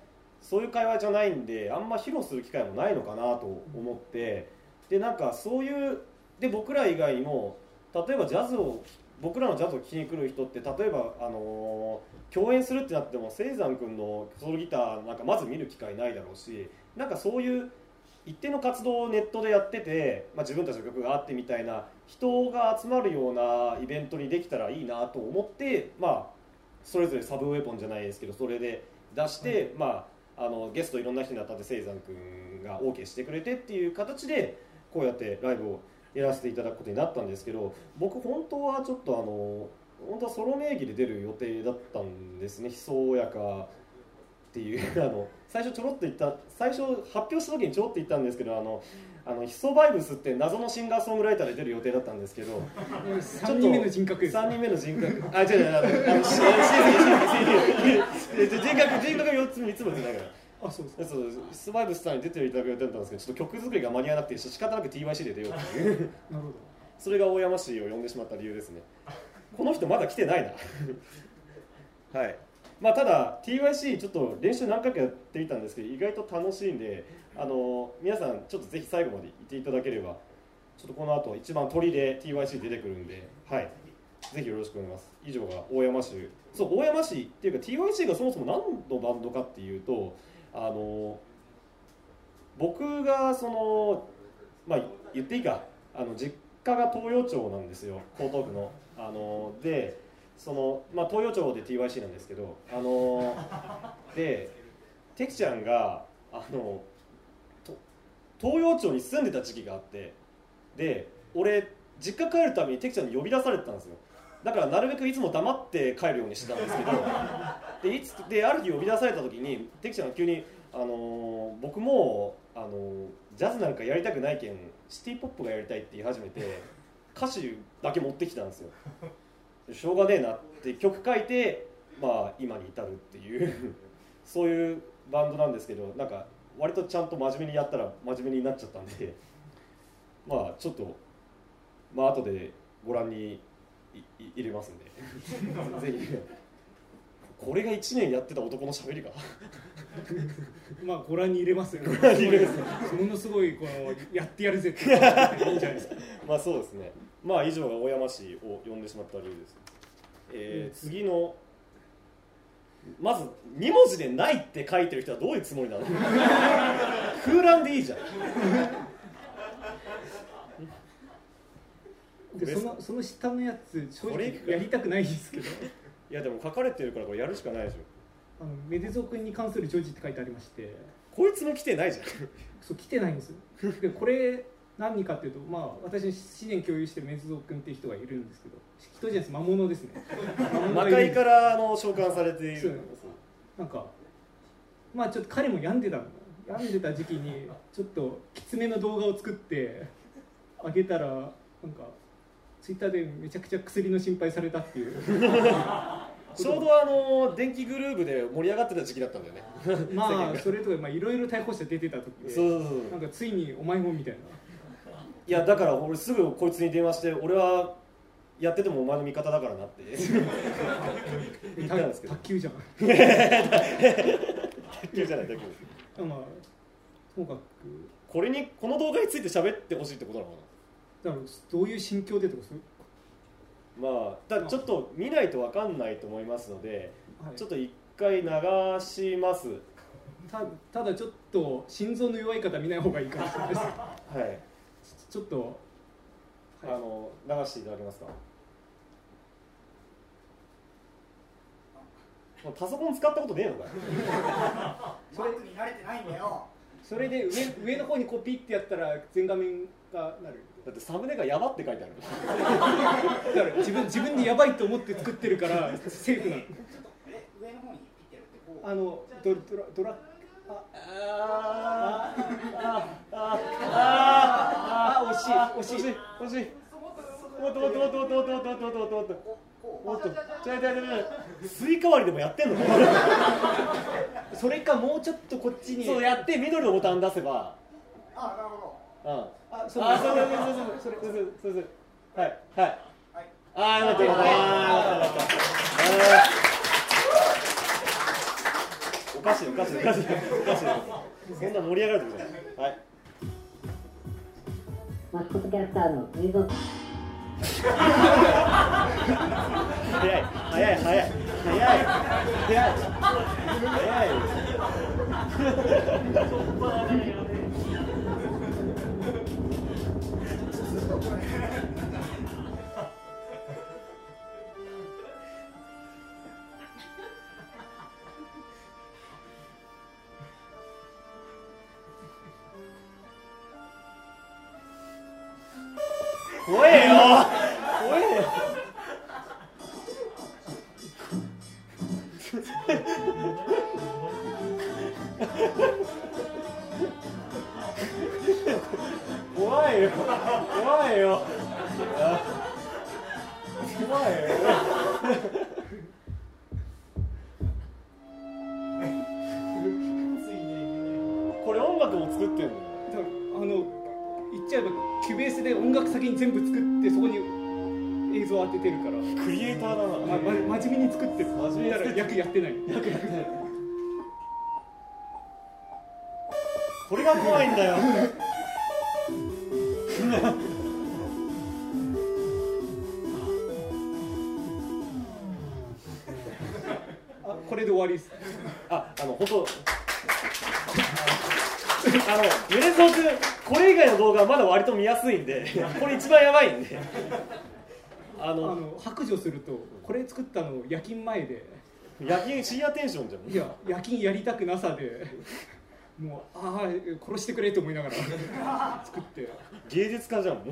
Speaker 4: そういう会話じゃないんであんま披露する機会もないのかなと思ってでなんかそういうで僕ら以外にも例えばジャズを僕らのジャズを聴きに来る人って例えば、あのー共演するってなっても青山君のソロギターなんかまず見る機会ないだろうしなんかそういう一定の活動をネットでやってて、まあ、自分たちの曲があってみたいな人が集まるようなイベントにできたらいいなと思って、まあ、それぞれサブウェポンじゃないですけどそれで出して、まあ、あのゲストいろんな人に当たって聖山君が OK してくれてっていう形でこうやってライブをやらせていただくことになったんですけど僕本当はちょっとあの本当はソロ名義で出る予定だったんですね「ひそやか」っていうあの最初ちょろっと言った最初発表した時にちょろっと言ったんですけどあのあのヒソバイブスって謎のシンガーソングライターで出る予定だったんですけど。
Speaker 1: 3人目の人格です
Speaker 4: 三人目の人格。あ、違う違う違う。あのしししししし人格人格四つ三つも出てないから。
Speaker 1: あそうです
Speaker 4: そうスバイブスさんに出ていただく予定だったんですけど、ちょっと曲作りが間に合わなくて、仕方なく TYC で出ようっていう。
Speaker 1: なるほ
Speaker 4: それが大山氏を呼んでしまった理由ですね。この人まだ来てないな。 はい。まあただ TYC ちょっと練習何回かやってみたんですけど、意外と楽しいんで、あの皆さんちょっとぜひ最後までいていただければ、ちょっとこの後一番鳥で TYC 出てくるんで、はい。ぜひよろしくお願いします。以上が大山市。そう、大山市っていうか TYC がそもそも何のバンドかっていうと、あの、僕がその、まあ言っていいか、あの、実家が東洋町なんですよ、江東区の。あの、で、その、まあ東洋町で TYC なんですけど、あの、で、てきちゃんが、あの、と東洋町に住んでた時期があって、で、俺、実家帰るたびにてきちゃんに呼び出されてたんですよ。だからなるべくいつも黙って帰るようにしてたんですけどでいつである日呼び出された時にテキちゃんが急に、あのー僕も、あのージャズなんかやりたくないけんシティ・ポップがやりたいって言い始めて歌手だけ持ってきたんですよでしょうがねえなって曲書いて、まあ、今に至るっていう そういうバンドなんですけどなんか割とちゃんと真面目にやったら真面目になっちゃったんでまあちょっとまあ後でご覧にいい入れますんでぜひこれが1年やってた男の喋りか
Speaker 1: まあご覧に入れますよ
Speaker 4: に入れます
Speaker 1: ものすごいこのやってやるぜっていうのがいいんじゃないですか
Speaker 4: まあそうですねまあ以上が大山氏を呼んでしまった理由です、えー次のまず2文字で「ない」って書いてる人はどういうつもり なの空欄でいいじゃん
Speaker 1: でそのその下のやつ正直やりたくないですけど
Speaker 4: いやでも書かれてるからこれやるしかないでしょ
Speaker 1: あのメデゾー君に関するジョージって書いてありまして
Speaker 4: こいつも来てないじゃん
Speaker 1: そう来てないんですよでこれ何かっていうとまあ私資源共有してるメデゾー君っていう人がいるんですけど人じゃないです魔物ですね魔物
Speaker 4: 魔
Speaker 1: がい
Speaker 4: 界
Speaker 1: る
Speaker 4: からあの召喚されている
Speaker 1: そうなんかまあちょっと彼も病んでたの病んでた時期にちょっときつめの動画を作ってあげたらなんかツイッターでめちゃくちゃ薬の心配されたっていう
Speaker 4: ちょうどあの電気グルーブで盛り上がってた時期だったんだよね
Speaker 1: まあそれとかまあいろいろ逮捕者出てた時で
Speaker 4: そうそうそう
Speaker 1: なんかついにお前もみたいない
Speaker 4: やだから俺すぐこいつに電話して俺はやっててもお前の味方だからなって 言ったんですけど
Speaker 1: 卓球じゃん
Speaker 4: 卓球じゃない卓球
Speaker 1: まあともかく
Speaker 4: これにこの動画について喋ってほしいってことなのか
Speaker 1: だからどういう心境でとかそういう
Speaker 4: なまあただちょっと見ないと分かんないと思いますので
Speaker 1: はい
Speaker 4: ちょっと一回流します
Speaker 1: たただちょっと心臓の弱い方見ない方がいいかもしれない です
Speaker 4: はい
Speaker 1: ちょっと、
Speaker 4: あ
Speaker 1: はい
Speaker 4: の流していただけますかもうパソコン使ったことねえのかよ
Speaker 1: そ
Speaker 5: マ
Speaker 1: れ
Speaker 5: ックに慣れてないんだよ
Speaker 1: それで上上の方にこうピッてやったら全画面がなる
Speaker 4: だってサムネがヤバって書いてある
Speaker 1: だから自分自分でやばいと思って作ってるからセーフなの
Speaker 5: ちょっとえ上の方に切ってるってこう
Speaker 1: あのドラドラドラ
Speaker 4: あああ
Speaker 1: ああ惜しい惜しい
Speaker 4: 欲しい
Speaker 5: もっとそこ
Speaker 4: もっともっともっともっともっともっともっともっと
Speaker 5: こうこう
Speaker 4: もっと違う違う違う違うスイカ割りでもやってんのか
Speaker 1: それかもうちょっとこっちに
Speaker 4: そうやって緑のボタン出せば
Speaker 5: あなるほ
Speaker 4: うんあ
Speaker 1: あそう
Speaker 4: そうそう
Speaker 1: だ
Speaker 4: そうそうそうそうそうそうそうはいはい
Speaker 5: どはい
Speaker 4: あーよかったよかったあーよかったよかったおかしいおかしいおかしいおかしいそんな盛り上がるとこじゃないはい
Speaker 6: マスコットキャラクターの水族
Speaker 4: 早い早い早い早い早い早い早い怖えよ怖えよ怖いよ怖いよ怖いよこれ音楽も作ってんの
Speaker 1: からあの言っちゃえばキュベースで音楽先に全部作ってそこに映像を当ててるから、
Speaker 4: クリエイターだ
Speaker 1: ま
Speaker 4: な、
Speaker 1: ま、真面目に作ってる
Speaker 4: 真面目に
Speaker 1: だ
Speaker 4: 作
Speaker 1: から
Speaker 4: ってる
Speaker 1: 役やってない
Speaker 4: これが怖いんだよ
Speaker 1: あこれで終わりです
Speaker 4: あ、あの、本当。あの、ゆれそうくん、これ以外の動画はまだ割と見やすいんで、これ一番やばいんで。あ
Speaker 1: あ
Speaker 4: の、
Speaker 1: の白状するとこれ作ったの夜勤前で
Speaker 4: 夜勤深夜テンションじゃん。
Speaker 1: いや夜勤やりたくなさでもうああ殺してくれと思いながら作って
Speaker 4: 芸術家じゃん。もう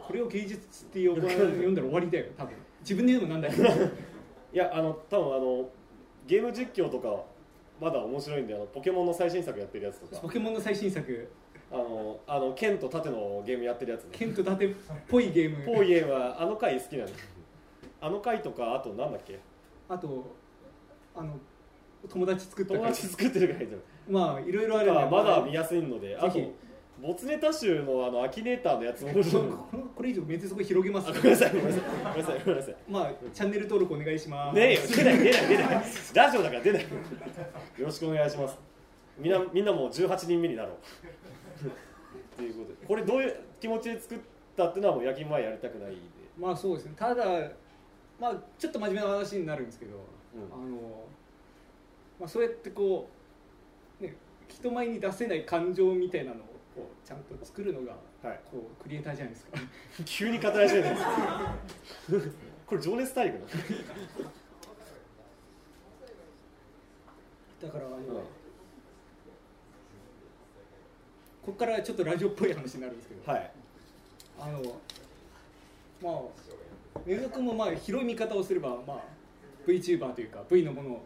Speaker 1: これを芸術って呼ば読んだら終わりだよ多分自分で言うのもなんだけど
Speaker 4: いやあの多分あのゲーム実況とかまだ面白いんであのポケモンの最新作やってるやつと
Speaker 1: ポ
Speaker 4: か
Speaker 1: ケモンの最新作
Speaker 4: あのあの剣と盾のゲームやってるやつ ね
Speaker 1: 剣と盾っぽいゲーム
Speaker 4: ポーイエンはあの回好きなのあの回とかあとなんだっけ
Speaker 1: あとあの友達作った
Speaker 4: 友達作ってる回じゃん
Speaker 1: まあいろいろあ
Speaker 4: だ
Speaker 1: る
Speaker 4: からまだ
Speaker 1: こ
Speaker 4: 見やすいのであと
Speaker 1: ぜ
Speaker 4: ボツネタ集のあのアキネーターのやつも面白 い
Speaker 1: のこのこれ以上めっちゃそこ広げま
Speaker 4: あ
Speaker 1: す
Speaker 4: ごめんなさいごめんなさいごめんなさいごめんなさい
Speaker 1: まあチャンネル登録お願いします
Speaker 4: ねえよ出ない出ない出ないラジオだから出ないよろしくお願いしますみんなみんなもう18人目になろうっていうことでこれどういう気持ちで作ったっていうのはもう夜勤前やりたくないで
Speaker 1: まあそうですねただまあちょっと真面目な話になるんですけど、
Speaker 4: うん
Speaker 1: あの、まあ、そうやってこう、ね、人前に出せない感情みたいなのをこうちゃんと作るのが
Speaker 4: はい
Speaker 1: こうクリエイターじゃないですか
Speaker 4: 急に語り始めたんですこれ情熱大陸なの
Speaker 1: だからあの、
Speaker 4: うん
Speaker 1: ここからちょっとラジオっぽい話になるんですけど、
Speaker 4: はい
Speaker 1: あのまあ根津君もまあ広い見方をすれば、まあ、VTuber というか V のものを
Speaker 4: も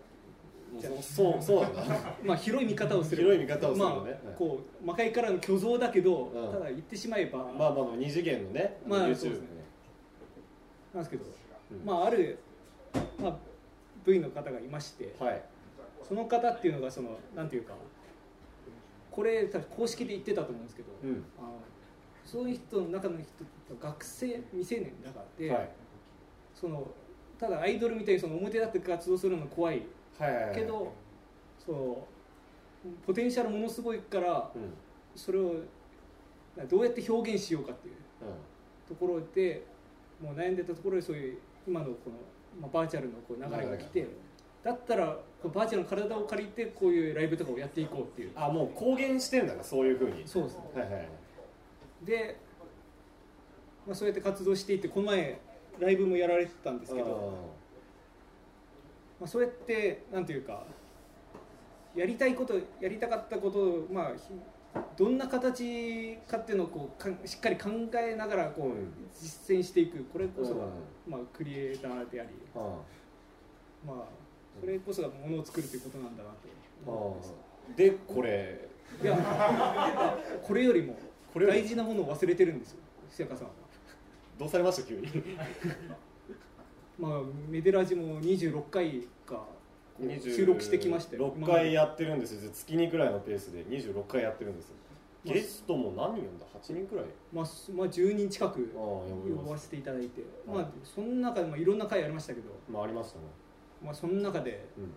Speaker 4: うそそうそうなんだ
Speaker 1: まあ、広い見方をする
Speaker 4: 広い見方をする
Speaker 1: ま
Speaker 4: のね
Speaker 1: あ
Speaker 4: はい
Speaker 1: こう魔界からの虚像だけど、
Speaker 4: うん
Speaker 1: ただ言ってしまえば、
Speaker 4: まあまあ二次元のね、
Speaker 1: まあ
Speaker 4: YouTube
Speaker 1: そうですねなんですけど、
Speaker 4: うん
Speaker 1: まあ、ある、まあ、V の方がいまして
Speaker 4: はい
Speaker 1: その方っていうのがそのなんていうかこれ多分公式で言ってたと思うんですけど、
Speaker 4: うん
Speaker 1: あのそういう人の中の人学生未成年だからで、
Speaker 4: はい
Speaker 1: そのただアイドルみたいにその表立って活動するの怖い
Speaker 4: はいはいはい
Speaker 1: けど、そうポテンシャルものすごいから
Speaker 4: うんうん
Speaker 1: それをどうやって表現しようかっていうところでもう悩んでたところでそういう今のこの、まあ、バーチャルのこう流れが来てだったらこうバーチャルの体を借りてこういうライブとかをやっていこうっていう
Speaker 4: あもう公言してんだなそういうふうに
Speaker 1: そうですね
Speaker 4: はいはいはい
Speaker 1: で、まあ、そうやって活動していってこの前ライブもやられてたんですけどまあ、そうやってなんていうかやりたいことやりたかったことをまあひどんな形かっていうのをこうかんしっかり考えながらこう、
Speaker 4: うん
Speaker 1: 実践していくこれ
Speaker 4: う
Speaker 1: こ
Speaker 4: ん
Speaker 1: そが、まあ、クリエイターであり、
Speaker 4: うん
Speaker 1: まあ、それこそがものを作るということなんだなと思ってます
Speaker 4: うんでこれ
Speaker 1: いや あこれよりも
Speaker 4: これより
Speaker 1: 大事なものを忘れてるんですよ久やかさんは。
Speaker 4: どうされました急に
Speaker 1: まあ、メデラジも26回か収録してきましたよ
Speaker 4: 6回やってるんですよ月2くらいのペースで26回やってるんですよゲストも何人呼んだ8人くらい
Speaker 1: まあ、すまあ10人近く
Speaker 4: ああ呼び
Speaker 1: 呼
Speaker 4: ま
Speaker 1: ば
Speaker 4: す
Speaker 1: せていただいて、
Speaker 4: はい
Speaker 1: まあ、その中でもいろんな回ありましたけど、
Speaker 4: まあありましたね
Speaker 1: まあ、その中で
Speaker 4: うん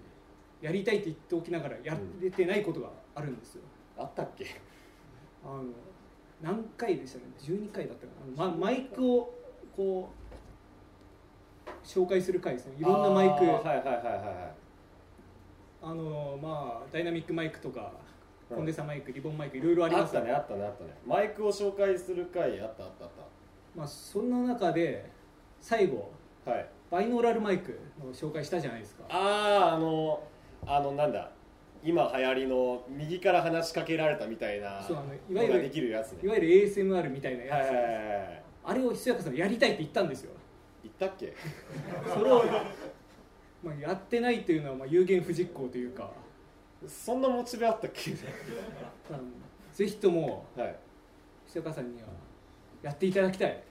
Speaker 1: やりたいって言っておきながらやれてないことがあるんですよ。
Speaker 4: あったっけ
Speaker 1: あの何回でしたね12回だったかな、ま、マイクをこう紹介する回ですねいろんなマイ
Speaker 4: あ
Speaker 1: ク
Speaker 4: ーはいはいはいはいはい
Speaker 1: あのまあダイナミックマイクとか
Speaker 4: うん
Speaker 1: コンデンサーマイクリボンマイクいろいろあり
Speaker 4: あ
Speaker 1: ま
Speaker 4: っ
Speaker 1: す
Speaker 4: たねあったねあったねマイクを紹介する回あったあったあっ
Speaker 1: まあ、そんな中で最後
Speaker 4: たはい
Speaker 1: バイノーラルマイクの紹介したじゃないですか
Speaker 4: あああのあのなんだ今流行りの右から話しかけられたみたいな
Speaker 1: そうあのいわゆ
Speaker 4: の
Speaker 1: る
Speaker 4: ができるやつ
Speaker 1: い
Speaker 4: ね
Speaker 1: わゆる ASMR みたいなやつ、
Speaker 4: はいはいはいはい
Speaker 1: あれをひそやかさんやりたいって言ったんですよ
Speaker 4: 言ったっけ
Speaker 1: それを、 まあ、やってないっていうのはまあ有言不実行というか
Speaker 4: そんなモチベあったっけ
Speaker 1: あのぜひとも
Speaker 4: はい
Speaker 1: ひそやかさんにはやっていただきたい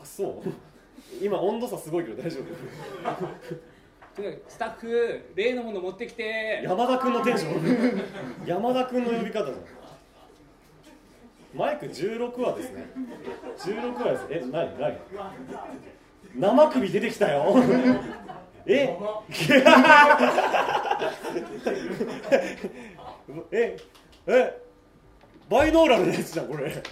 Speaker 4: あそう今温度差すごいけど大丈夫
Speaker 1: とにかくスタッフ例のもの持ってきて
Speaker 4: 山田君のテンション山田君の呼び方だマイク16話ですね16話ですえ何何生首出てきたよえええバイノーラルのやつじゃんこれ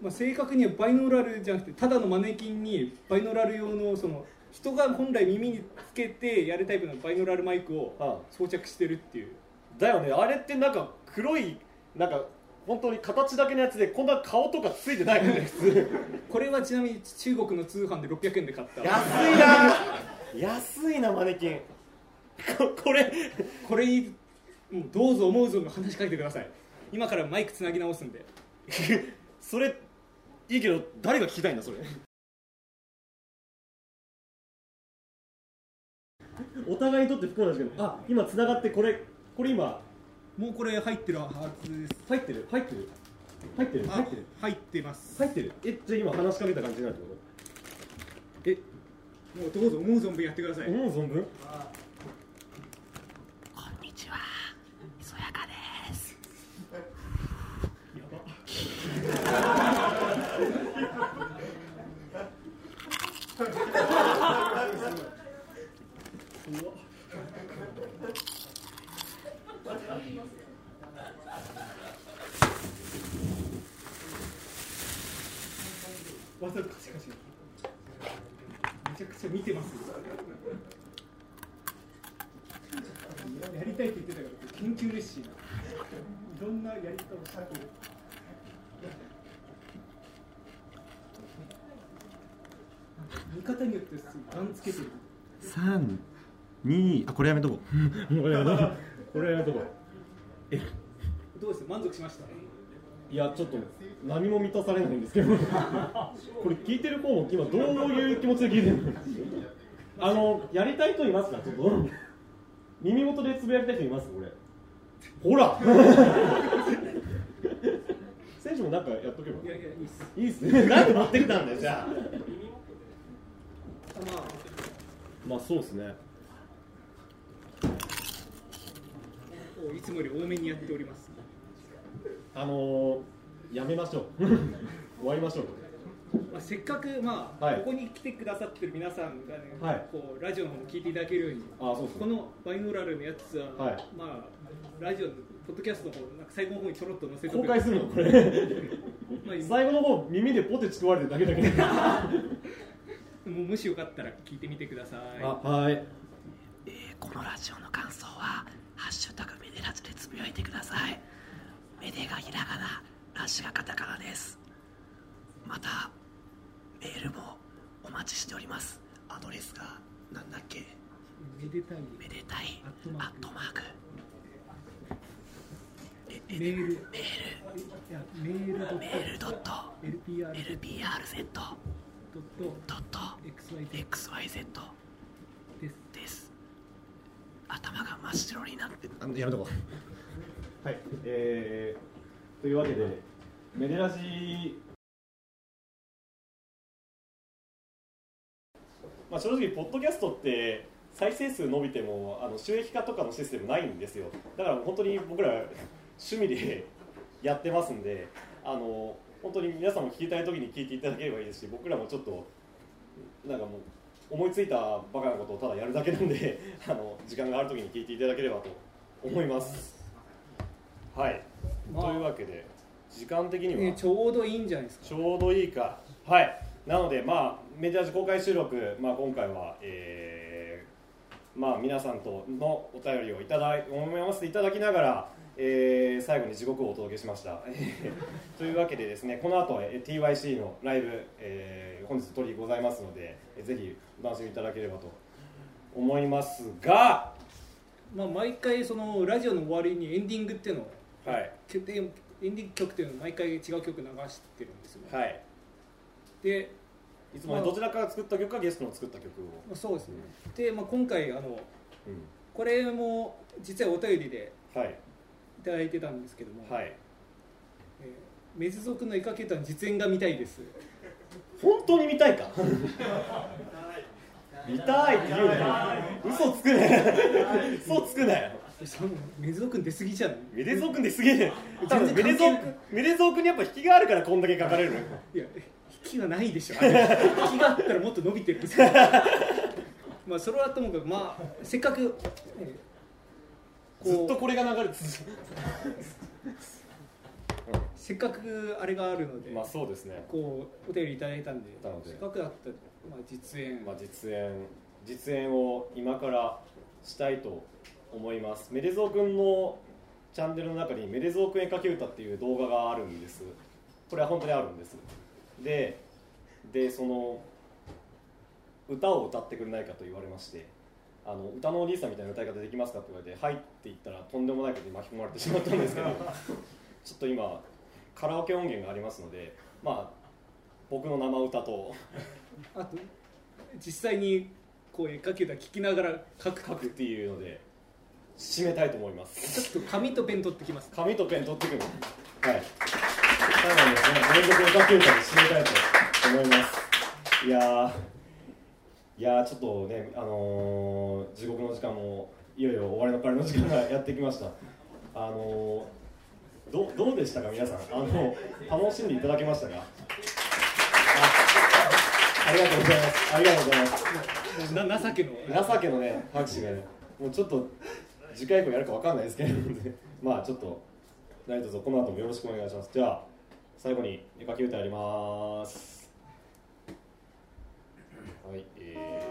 Speaker 1: まあ、正確にはバイノーラルじゃなくてただのマネキンにバイノーラル用のその人が本来耳につけてやるタイプのバイノーラルマイクを
Speaker 4: あ
Speaker 1: 装着してるっていう
Speaker 4: だよねあれってなんか黒いなんか本当に形だけのやつでこんな顔とかついてないよね普通
Speaker 1: これはちなみに中国の通販で600円で買った
Speaker 4: 安いな安いなマネキンここれ
Speaker 1: これにもうどうぞ思うぞの話しかけてください今からマイクつなぎ直すんで
Speaker 4: それいいけど誰が聞きたいんだそれお互いにとって不幸な時間あ今つながってこれこれ今
Speaker 1: もうこれ入ってるはずです
Speaker 4: 入ってる入ってる入ってる
Speaker 1: あ
Speaker 4: 入ってる
Speaker 1: 入ってます
Speaker 4: 入ってるえじゃあ今話しかけた感じになるってこ
Speaker 1: もうどうぞ思う存分やってくださ
Speaker 4: と
Speaker 1: い、
Speaker 4: 思う存分
Speaker 1: わざとカシカシめちゃくちゃ見てますやりたいって言ってたから研究熱心いろんなやり方をしてる見方によってすごいガンつけてる
Speaker 2: 三二あこれやめとこうこれやめとこうこれやめとこう
Speaker 1: どうです満足しました
Speaker 4: いやちょっと何も満たされないんですけど これ聞いてる方も今どういう気持ちで聞いてるの あのやりたい人いますかちょっと耳元でつぶやきたい人いますこれほら 選手もなんかやっとけば
Speaker 1: いやいやいいっす
Speaker 4: いいっす ねなんで持ってきたんだよじゃあ
Speaker 1: まあ
Speaker 4: まあそうですね
Speaker 1: いつもより多めにやっております
Speaker 4: あのー、やめましょう 終わりましょう
Speaker 1: まあ、せっかく、まあ
Speaker 4: はい
Speaker 1: ここに来てくださってる皆さんがね、
Speaker 4: はい
Speaker 1: こうラジオの方も聞いていただけるように、
Speaker 4: あそうっす
Speaker 1: こ
Speaker 4: ね
Speaker 1: のバイノーラルのやつは、
Speaker 4: はい
Speaker 1: まあ、ラジオの、ポッドキャストの方なんか最後の方にちょろっと載せて
Speaker 4: 公開するのこれ
Speaker 1: まあ、今
Speaker 4: 最後の方耳でポテチ食われてるだけだけど
Speaker 1: もうもしよかったら聞いてみてください。
Speaker 4: あはい
Speaker 7: このラジオの感想は「ハッシュタグメデラジ」でつぶやいてくださいメデがひらがなラジがカタカナですまたメールもお待ちしておりますアドレスがなんだっけ
Speaker 1: めでたい
Speaker 7: めでたい
Speaker 1: ア
Speaker 7: アッ
Speaker 1: ッ
Speaker 7: ト
Speaker 1: ト
Speaker 7: マーク
Speaker 1: メール、メール、いやメールド
Speaker 7: メールドット
Speaker 1: LPR
Speaker 7: LPRZ
Speaker 1: ドット
Speaker 7: ドット
Speaker 1: XYZ
Speaker 7: XYZ
Speaker 1: です。
Speaker 7: です頭が真っ白になって
Speaker 2: あやめとこう
Speaker 4: はい、えー、というわけで、メデラジまあ、正直、ポッドキャストって、再生数伸びてもあの収益化とかのシステムないんですよ、だから本当に僕ら、趣味でやってますんで、あの本当に皆さんも聞きたいときに聞いていただければいいですし、僕らもちょっと、なんかもう、思いついたバカなことをただやるだけなんで、あの時間があるときに聞いていただければと思います。はい、
Speaker 1: まあ
Speaker 4: というわけで時間的には、
Speaker 1: ね、ちょうどいいんじゃないですか。
Speaker 4: ちょうどいいかはいなのでまあメディアジ公開収録、まあ、今回は、えーまあ、皆さんとのお便りをいただい思い合わせていただきながら、えー最後に地獄をお届けしました というわけでですねこの後えー TYC のライブ、えー本日取りございますのでえーぜひお楽しみいただければと思いますが
Speaker 1: まあ、毎回そのラジオの終わりにエンディングっていうのを
Speaker 4: はい
Speaker 1: エンディング曲っていうのを毎回違う曲流してるんですよ、
Speaker 4: はい
Speaker 1: で
Speaker 4: いつもねどちらから作った曲かゲストの作った曲を、
Speaker 1: まあそうですねで、まあ、今回あの
Speaker 4: うん
Speaker 1: これも実はお便りで
Speaker 4: はい
Speaker 1: いただいてたんですけども、
Speaker 4: はい
Speaker 1: えーメズ族のイカケタの実演が見たいです
Speaker 4: 本当に見たいか見たいって言うなよ嘘つくなよ嘘つくなよ
Speaker 1: そのメズ族出過ぎじゃない
Speaker 4: メデゾー君ですげえ多分
Speaker 1: 全
Speaker 4: メ
Speaker 1: 然関
Speaker 4: デゾ
Speaker 1: 係
Speaker 4: ー君メデゾー君にやっぱ引きがあるからこんだけ書かれるのよ
Speaker 1: いや引きはないでしょあれ 引きがあったらもっと伸びてるんですけどまあそれはともかくまあせっかく、えー
Speaker 4: ず
Speaker 1: こ
Speaker 4: っ
Speaker 1: う
Speaker 4: とこれが流れて
Speaker 1: せっかくあれがあるので、
Speaker 4: まあそうですね
Speaker 1: こうお便りいただいたんで
Speaker 4: なので
Speaker 1: せっかくだったら、まあ、実演、
Speaker 4: まあ実演実演を今からしたいと思いますメデゾー君のチャンネルの中に「メデゾー君絵描き歌」っていう動画があるんですこれは本当にあるんですででその歌を歌ってくれないかと言われましてあの歌のお兄さんみたいな歌い方できますかって言われて「はい」って言ったらとんでもないことに巻き込まれてしまったんですけどちょっと今カラオケ音源がありますのでまあ僕の生歌と
Speaker 1: あと実際にこう絵描けた聞きながら描く
Speaker 4: 書
Speaker 1: 描
Speaker 4: くっ
Speaker 1: く
Speaker 4: ていうので締めたいと思います
Speaker 1: ちょっと紙とペン取ってきます
Speaker 4: 紙とペン取ってくるはい最後にですね連続歌休暇で締めたいと思いますいやーいやーちょっとねあのー、地獄の時間もいよいよ終わりの鐘の時間がやってきましたあのー、どどうでしたか皆さんあの楽しんでいただけましたかあありがとうございますありがとうございます
Speaker 1: な情けの
Speaker 4: 情けのね拍手がねもうちょっと次回以降やるかわかんないですけど、ね、 まあちょっと何卒この後もよろしくお願いしますじゃあ最後に絵描き歌やりますはいえ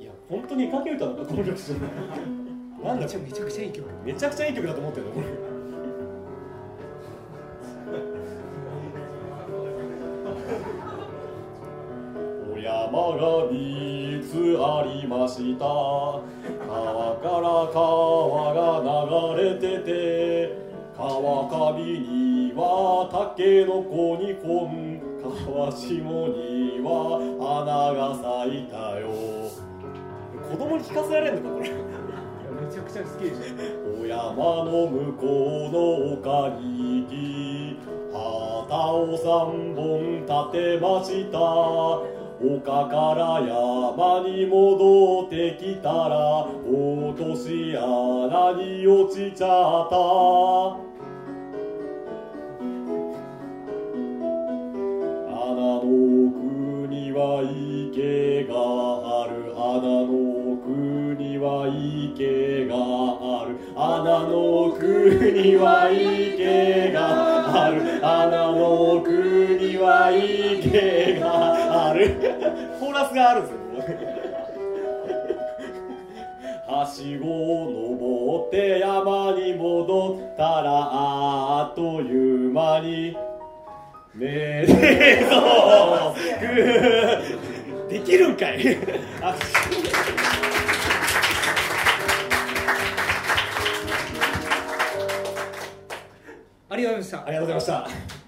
Speaker 4: ーいや本当に絵描き歌なんだこの曲じゃないなん
Speaker 1: め
Speaker 4: だこ
Speaker 1: ちゃ
Speaker 4: れ
Speaker 1: めちゃくちゃいい曲
Speaker 4: めちゃくちゃいい曲だと思ってるのこれお山が三つありました川から川が流れてて川上には竹の子に本川下には花が咲いたよ子供に聞かせられるのかこれ
Speaker 1: めちゃくちゃ好きでし
Speaker 4: お山の向こうの丘に行き旗を三本立てました丘から山に戻ってきたら落とし穴に落ちちゃった穴の奥には池がある穴の奥には池がある穴の奥には池がある穴の奥には池があるコーラスがあるぞはしごを登って山に戻ったらあっという間にめでとう できるんかいあ
Speaker 1: ありがとうございました
Speaker 4: ありがとうございました